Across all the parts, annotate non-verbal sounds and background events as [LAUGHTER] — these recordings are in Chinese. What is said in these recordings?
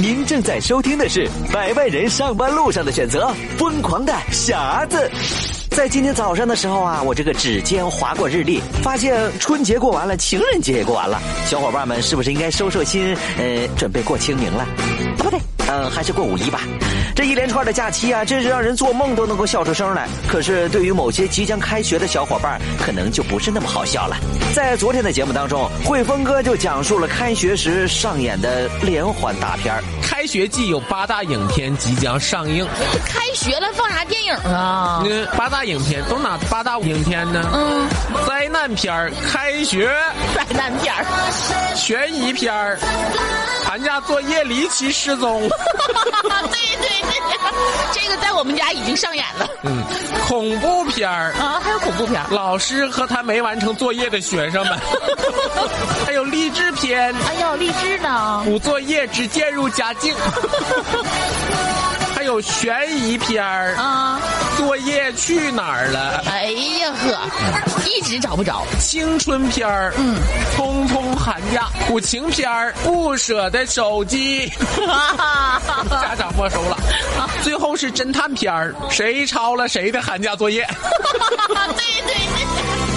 您正在收听的是《百万人上班路上的选择》，疯狂的匣子。在今天早上的时候啊，我这个指尖划过日历，发现春节过完了，情人节也过完了，小伙伴们是不是应该收收心，呃，准备过清明了？啊不对，嗯，还是过五一吧。这一连串的假期啊，真是让人做梦都能够笑出声来。可是对于某些即将开学的小伙伴，可能就不是那么好笑了。在昨天的节目当中，汇丰哥就讲述了开学时上演的连环大片儿开学季有八大影片即将上映，开学了放啥电影 [LAUGHS] 啊？那八大影片都哪八大影片呢？嗯，灾难片儿、开学灾难片儿，悬疑片儿、寒假作业离奇失 [LAUGHS] [LAUGHS] 踪，对对 [LAUGHS] 对，这个在我们家已经上演了嗯，恐怖片儿。啊，还有恐怖片儿。老师和他没完成作业的学生 [LAUGHS] 们，还有励志片哎呦，励志呢，补作业只渐入佳 [LAUGHS] 境，还有悬疑片儿，啊，作业去哪儿了？哎呀呵，一直找不 [LAUGHS] 着，青春片儿，嗯，通通寒假，苦情片儿，不舍的手机，家长没收了。最后是侦探片儿，谁抄了谁的寒假作业？对对对，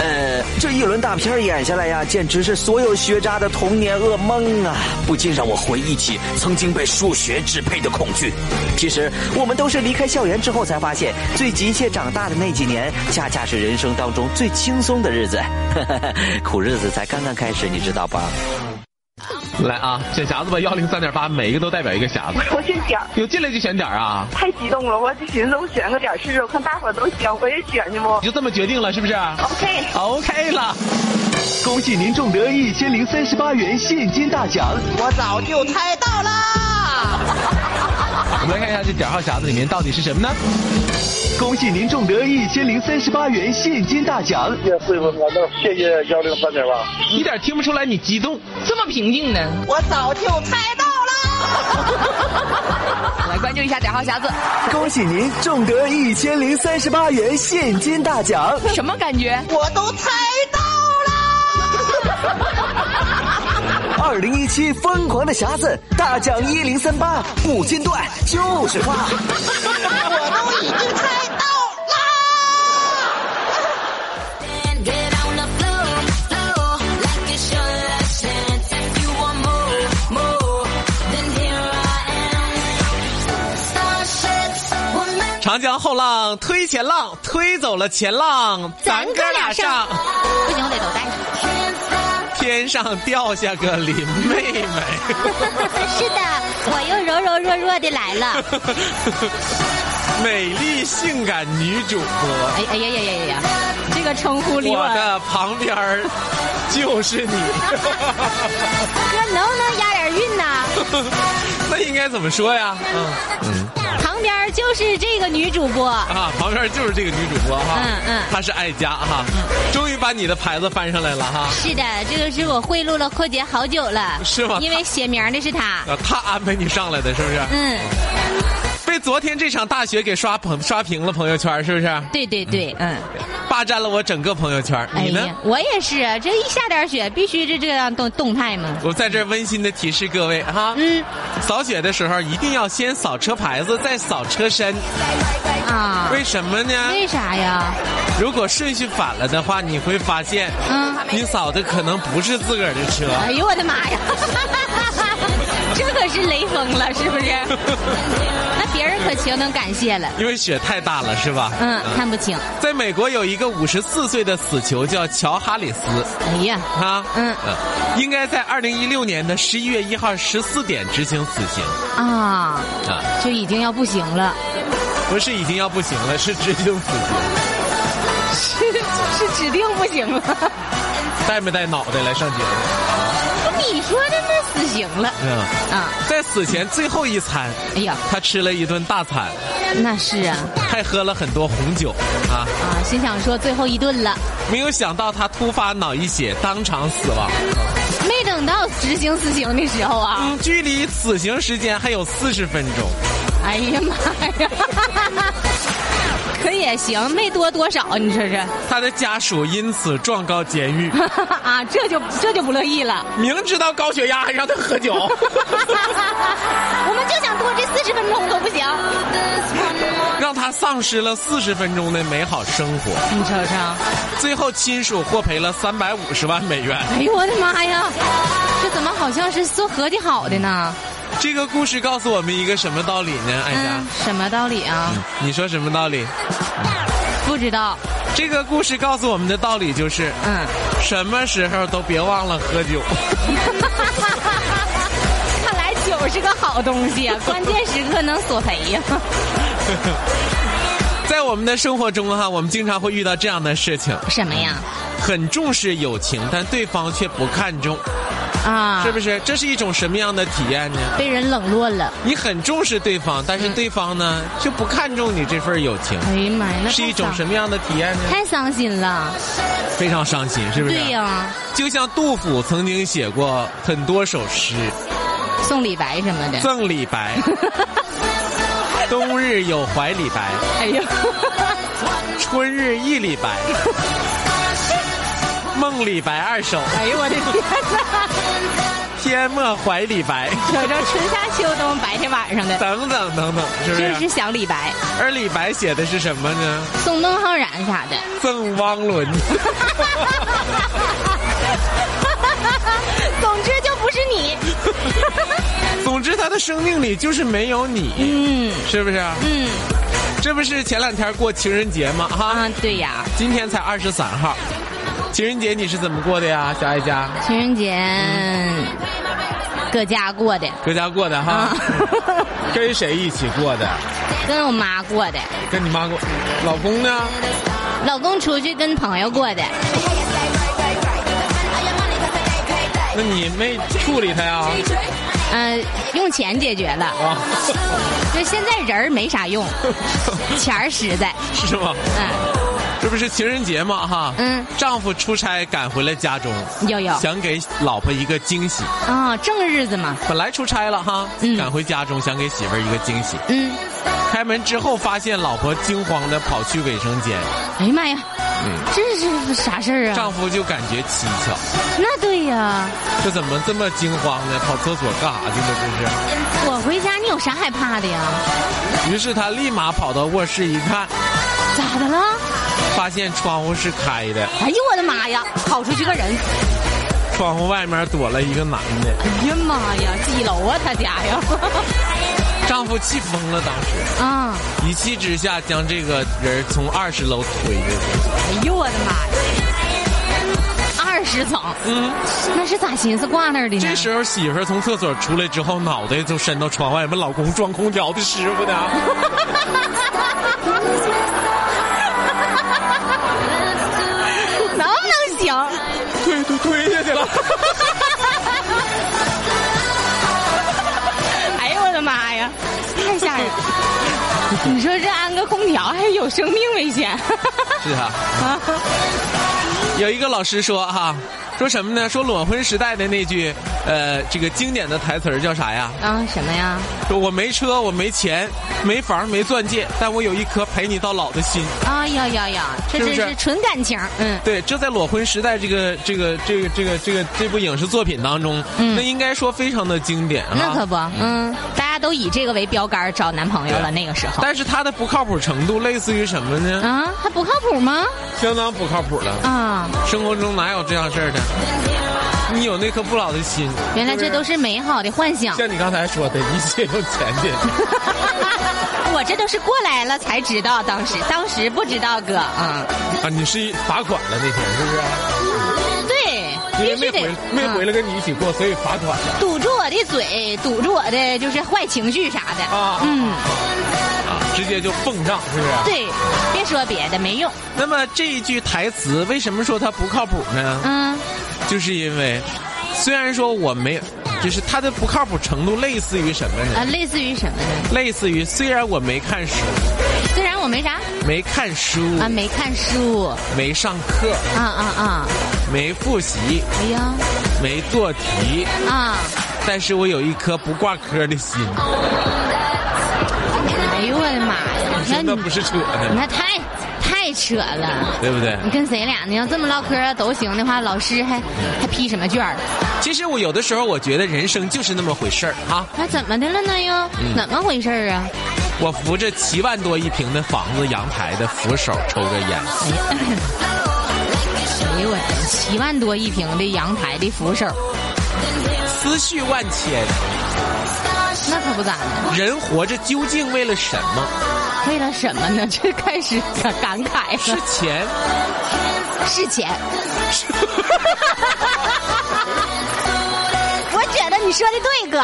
呃，这一轮大片儿演下来呀，简直是所有学渣的童年噩梦啊！不禁让我回忆起曾经被数学支配的恐惧。其实，我们都是离开校园之后才发现，最急切长大的那几年，恰恰是人生当中最轻松的日子。 [LAUGHS] 苦日子才刚刚开始，你知道吧？来啊，选匣子吧，幺零三点八，每一个都代表一个匣子。我选点儿，有进来就选点儿啊，太激动了，我就寻思我选个点儿试试，我看大伙儿都选，我也选去不你就这么决定了是不是？OK。 ？OK 了。恭喜您中得一千零三十八元现金大奖！我早就猜到啦。我们来看一下这点号匣子里面到底是什么呢？恭喜您中得一千零三十八元现金大奖！谢谢汇丰哥，那谢谢幺零三点八。一点听不出来你激动。这么平静呢。我早就猜到啦。 [LAUGHS] 来关注一下点号匣子，恭喜您中得一千零三十八元现金大奖！什么感觉？我都猜到啦。二零一七疯狂的匣子大奖一零三八，不间断就是话。我都已经猜到啦。 Get on the floor, floor, like it's your last chance. If you want more, more, then here I am. Starships will make 长江后浪推前浪，推走了前浪，咱哥俩上。不行，我得都带上。 can't stop. 天上掉下个林妹妹， [LAUGHS] 是的，我又柔柔弱弱的来了。 [LAUGHS] 美丽性感女主播，哎哎呀呀呀呀呀，这个称呼离我我的旁边儿就是你， [LAUGHS] 哥，能不能押点韵呐？那应该怎么说呀？嗯旁边就是这个女主播，啊，旁边就是这个女主播哈，嗯嗯她是爱家哈，终于把你的牌子翻上来了哈。是的，这个是我贿赂了阔姐好久了，是吗因为写名儿的是 [LAUGHS] 她。啊，她安排你上来的，是不是？嗯，被昨天这场大雪给刷朋刷屏了朋友圈，是不是？对对对，嗯，霸占了我整个朋友圈。哎你呢？呀，我也是啊，这一下点雪必须是这样动动态嘛。我在这儿温馨的提示各位哈，嗯扫雪的时候一定要先扫车牌子，再扫车身。啊，为什么呢？为啥呀？如果顺序反了的话，你会发现，嗯你扫的可能不是自个儿的车。哎呦我的妈呀！ [LAUGHS] 这可是雷锋了，是 [LAUGHS] 不是？那别人可情能感谢了。因为雪太大了，是吧？嗯，看不清。在美国有一个五十四岁的死囚叫乔哈里斯，哎呀，啊，嗯应该在二零一六年的十一月一号十四点执行死刑啊，啊，就已经要不行了，不是已经要不行了，是执行死刑，是 [LAUGHS] 是指定不行了。带没带脑袋来上节目？ [LAUGHS] 你说的那死刑了嗯，啊？在死前最后一餐，哎呀，他吃了一顿大餐，那是啊还喝了很多红酒啊，啊，心想说最后一顿了，没有想到他突发脑溢血，当场死亡。没等到执行死刑的时候啊，嗯，距离死刑时间还有四十分钟。哎呀妈呀！可也行，没多多少，你说是 [LAUGHS] 他的家属因此状告监狱，啊？这就这就不乐意了。明知道高血压还让他喝酒。 [LAUGHS] 我通都不行。让他丧失了四十分钟的美好生活，你瞅瞅，最后亲属获赔了三百五十万美元。哎呦我的妈呀，这怎么好像是做合计好的呢？这个故事告诉我们一个什么道理呢？艾嗯莎，，什么道理啊？你说什么道理？不知道。这个故事告诉我们的道理就是，嗯，什么时候都别忘了喝酒。 [LAUGHS] 看来酒是个好东西啊， [LAUGHS] 关键时刻能索赔呀。在我们的生活中哈、我们经常会遇到这样的事情， [LAUGHS] 什么呀？很重视友情，但对方却不看重，啊，是不是？这是一种什么样的体验呢？被人冷落了？你很重视对方，但是对方呢就不看重你这份友情，哎呀妈呀，嗯那是一太种伤什么样的体验呢？太伤心了。非常伤心，是不是？啊对呀、就像杜甫曾经写过很多首 [LAUGHS] 诗，送李白什么的。赠李白， [LAUGHS] 冬日有怀李白，哎呦， [LAUGHS] 春日忆李白， [LAUGHS] 梦李白二首，哎呦我的天哪！天漠怀李白， [LAUGHS] 瞅瞅春夏秋冬，白天晚上的，等等等等，是啊不真是是？想李白，而李白写的是什么呢？送孟浩然啥的。赠汪伦， [LAUGHS] [LAUGHS] 总之就不是你。总之他的生命里就是没有你，嗯是不是？嗯这不是前两天过情人节吗？哈，啊，对呀，今天才二十三号，情人节你是怎么过的呀，小艾佳？情人节嗯搁家过的，搁家过的哈啊， [LAUGHS] 跟谁一起过的？跟我妈过的，跟你妈过，老公呢？老公出去跟朋友过的，那你没处理他 [LAUGHS] 呀？嗯、用钱解决了。啊， [LAUGHS] 就现在人儿没啥用，钱儿实在。是吗？嗯，这不是情人节嘛哈？嗯丈夫出差赶回了家中，有有想给老婆一个惊喜。啊、正日子嘛。本来出差了哈，嗯赶回家中想给媳妇儿一个惊喜。嗯，开门之后发现老婆惊慌的跑去卫生间，哎呀妈呀，这是啥事儿啊？丈夫就感觉蹊跷，那对呀，这怎么这么惊慌呢？跑厕所干啥去了？我回家你有啥害怕的呀？这是。于是他立马跑到卧室一看，咋的了？发现窗户是开的，哎呦我的妈呀，跑出去个人！窗户外面躲了一个男的。哎呀妈呀，几楼啊他家呀？ [LAUGHS] 丈夫气疯了，当时啊，一气之下将这个人从二十楼推下去。哎呦我的妈呀！二十层，嗯，那是咋寻思挂那儿的呢？这时候媳妇儿从厕所出来之后，脑袋就伸到窗外，问老公装空调的师傅呢？能不能行？推推推下去了。哎呦我的妈呀，太吓人！你说这安个空调还有生命危险？是啊，有一个老师说哈、说什么呢？说裸婚时代的那句，呃，这个经典的台词儿叫啥呀？啊，什么呀？说我没车，我没钱，没房，没钻戒，但我有一颗陪你到老的心。啊呀呀呀，这是不真是是纯感情，嗯，对，这在裸婚时代这个这个这个这个这个这部影视作品当中，嗯那应该说非常的经典啊。那可不，嗯，大家都以这个为标杆儿找男朋友了，那个时候但是它的不靠谱程度类似于什么呢？啊，还不靠谱吗？相当不靠谱了。啊，生活中哪有这样事儿的？你有那颗不老的心，原来这是不都是是美好的幻想，像你刚才说的，一切用钱解决。我这都是过来了才知道，当时当时不知道哥，嗯，啊，你是罚款了那天是不是？啊对，因必为没须得回没回嗯来跟你一起过，所以罚款了。堵住我的嘴，堵住我的就是坏情绪啥的，啊嗯。啊，直接就奉账是不啊是？对，别说别的没用。那么这一句台词为什么说它不靠谱呢？嗯，就是因为，虽然说我没有，就是它的不靠谱程度类似于什么啊，呢？类似于什么呢？类似于虽然我没看书，虽然我没啥没看书，啊，没看书，没上课，啊啊啊，没复习，哎呀，没做题，啊，但是我有一颗不挂科的心，哎呦我的妈呀！你看真的你，不是扯你的，看太太扯了。对不对？你跟谁俩呢？要这么唠嗑都行的话，老师还还批什么卷儿？其实我有的时候我觉得人生就是那么回事儿啊！那怎么的了呢又？怎么回事儿啊？ [LAUGHS] 我扶着七万多一平的房子阳台的扶手抽着烟，哎呦我天，七万多一平的阳台的扶手，思绪万千。那可不咋的。人活着究竟为了什么？为了什么呢？ [LAUGHS] 这开始感感慨是了。钱，是钱。 [LAUGHS] 我觉得你说的对，哥。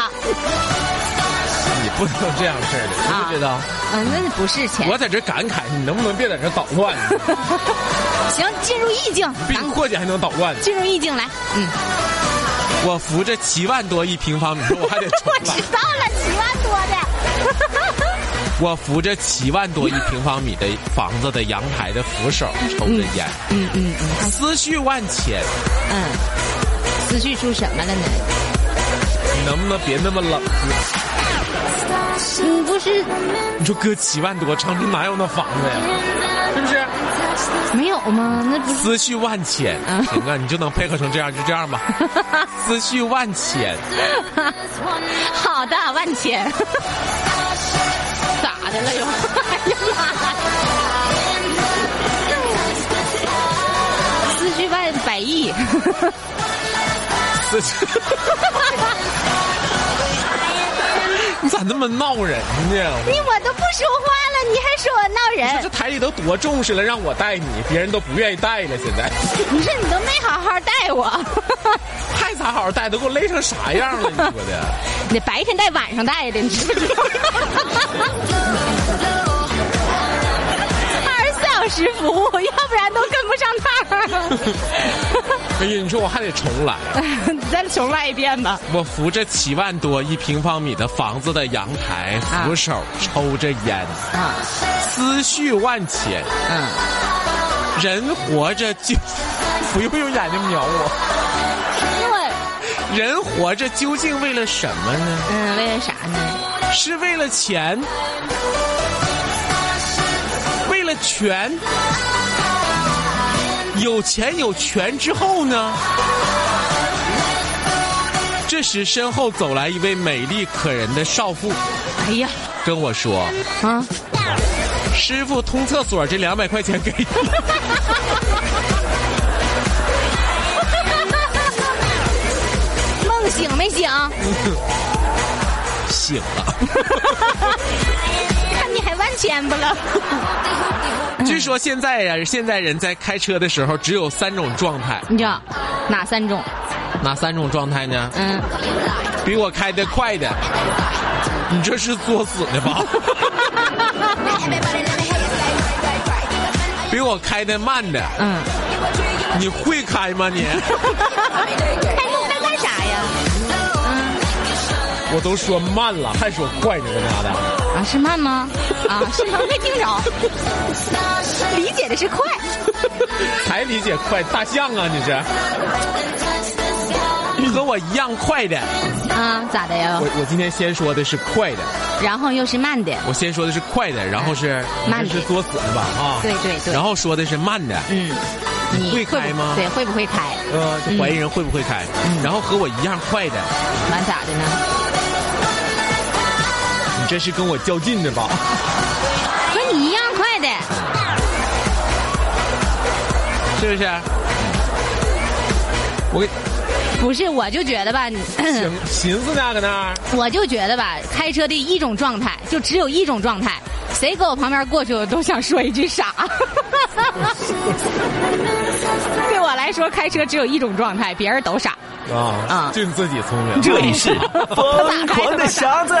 你不能这样式儿的，知不知道？嗯，那不是钱。我在这感慨，你能不能别在这捣 [LAUGHS] 乱？行，进入意境，比咱阔姐还能捣乱。进入意境来。 [LAUGHS] 嗯，我扶着七万多一平方米，我还得重 [LAUGHS] 我来知。道了，七万多的。我扶着七万多一平方米的房子的阳台的扶手抽着烟，嗯嗯思绪万千，嗯，思绪出什么了呢？能不能别那么冷？你嗯不是你说哥七万多，长春哪有那房子嗯呀？是不是？没有吗？那不是思绪万千，嗯行啊，你就能配合成这样，就这 [LAUGHS] 样吧。思绪万千，好的，万千。 [LAUGHS] 咋的了又？ [LAUGHS] 哎呀妈呀！思绪万百亿，思绪。你 [LAUGHS] 咋那么闹人呢？你哎我都不说话了，你还说我闹这人这？台里都多重视了，让我带你，别人都不愿意带了。现在你说你都没好好带 [LAUGHS] 我，还咋好好带，都给我累成啥样了？你说的。你白天带晚上带的，你知不 [LAUGHS] 知道？二十四小时服务，要不然都跟不上哎呀，你说我还得重来。啊趟。 [LAUGHS] 你再重来一遍吧。我扶着七万多一平方米的房子的阳台，啊扶手抽着烟，啊，思绪万千。嗯，人活着就 [LAUGHS] 不用用眼睛瞄我。那我人活着究竟为了什么呢？嗯，为了啥呢？是为了钱，为了权。有钱有权之后呢？这时身后走来一位美丽可人的少妇，哎呀，跟我说。啊，师傅通厕所这两百块钱给你。梦醒没醒？醒了。看你还万千不了。据说现在呀、现在人在开车的时候只有三种状态， [LAUGHS] 你知道哪三种？哪三种状态呢？嗯，比我开的快的，你这是作死呢吧？ [LAUGHS] 比我开的慢的，嗯，你会开吗你？开路在干啥呀？嗯我都说慢了，还说快呢，这妈的！啊，是慢吗？啊，是吗？没听着，理解的是快。才理解快，大象啊你是？和我一样快的，啊，咋的呀我？我今天先说的是快的，然后又是慢的，我先说的是快的，然后是慢的这是作死了吧啊？对对对然后说的是慢的，嗯，你会不开吗对，会不会开？呃，就怀疑人会不会开，嗯然后和我一样快的，完咋的呢？你这是跟我较劲的吧？和你一样快的， [LAUGHS] 是不是？我给不是？我就觉得吧，你寻寻思呢，搁那儿 [CLEARS THROAT] 我就觉得吧，开车的一种状态就只有一种状态，谁搁我旁边过去，我都想说一句傻。 [LAUGHS] 对我来说，开车只有一种状态，别人都傻。啊啊就你自己聪明。这里是疯狂的匣子。